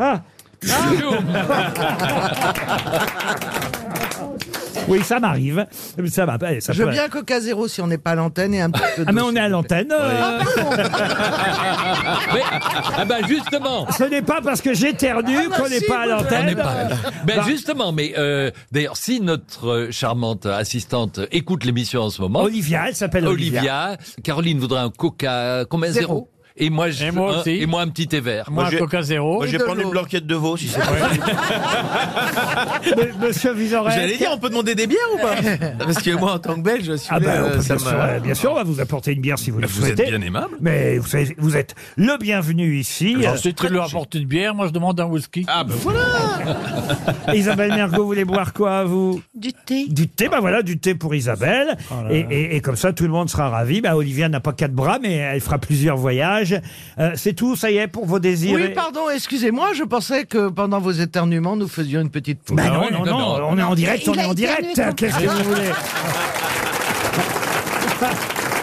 Ah Oui, ça m'arrive. Ça va. eh, Ça Je veux peut- bien Coca Zéro si on n'est pas à l'antenne et un petit peu Ah, mais d'eau, on est à s'il vous plaît. l'antenne. euh, Mais- ah ben justement, Ce n'est pas parce que Ah, j'éternue qu'on n'est pas à l'antenne. ben Bah. justement, mais euh, d'ailleurs, si notre euh, charmante assistante écoute l'émission en ce moment, Olivia, elle s'appelle Olivia. Olivia, Caroline voudrait un Coca, combien Zéro. zéro Et moi, je, Et moi un, aussi. et moi un petit thé vert. Moi, Moi, j'ai- Coca Zéro. Moi, je vais de prendre l'eau. une blanquette de veau si c'est pas. M- Monsieur Vizorel. J'allais dire, on peut demander des bières ou pas Parce que moi, en tant que belge, je suis. Ah bah, euh, on peut ça bien, sûr, m'a- euh, bien sûr, on va vous apporter une bière si vous le Vous êtes souhaitez. bien aimable. Mais vous, savez, vous êtes le bienvenu ici. Euh, Si tu lui apportes une bière, moi je demande un whisky. Ah, bah voilà Isabelle Mergo, vous voulez boire quoi, vous Du thé. Du thé, bah voilà, du thé pour Isabelle. Oh et, et- et comme ça, tout le monde sera ravi. Bah, Olivia n'a pas quatre bras, mais elle fera plusieurs voyages. Euh, c'est tout, ça y est, pour vos désirs. Oui, Et- pardon, excusez-moi, je pensais que pendant vos éternuements, nous faisions une petite pause. Bah Ah non, oui, non, non, non, non. on est en direct, Il on est a en éternué direct. comme- Qu'est-ce que vous voulez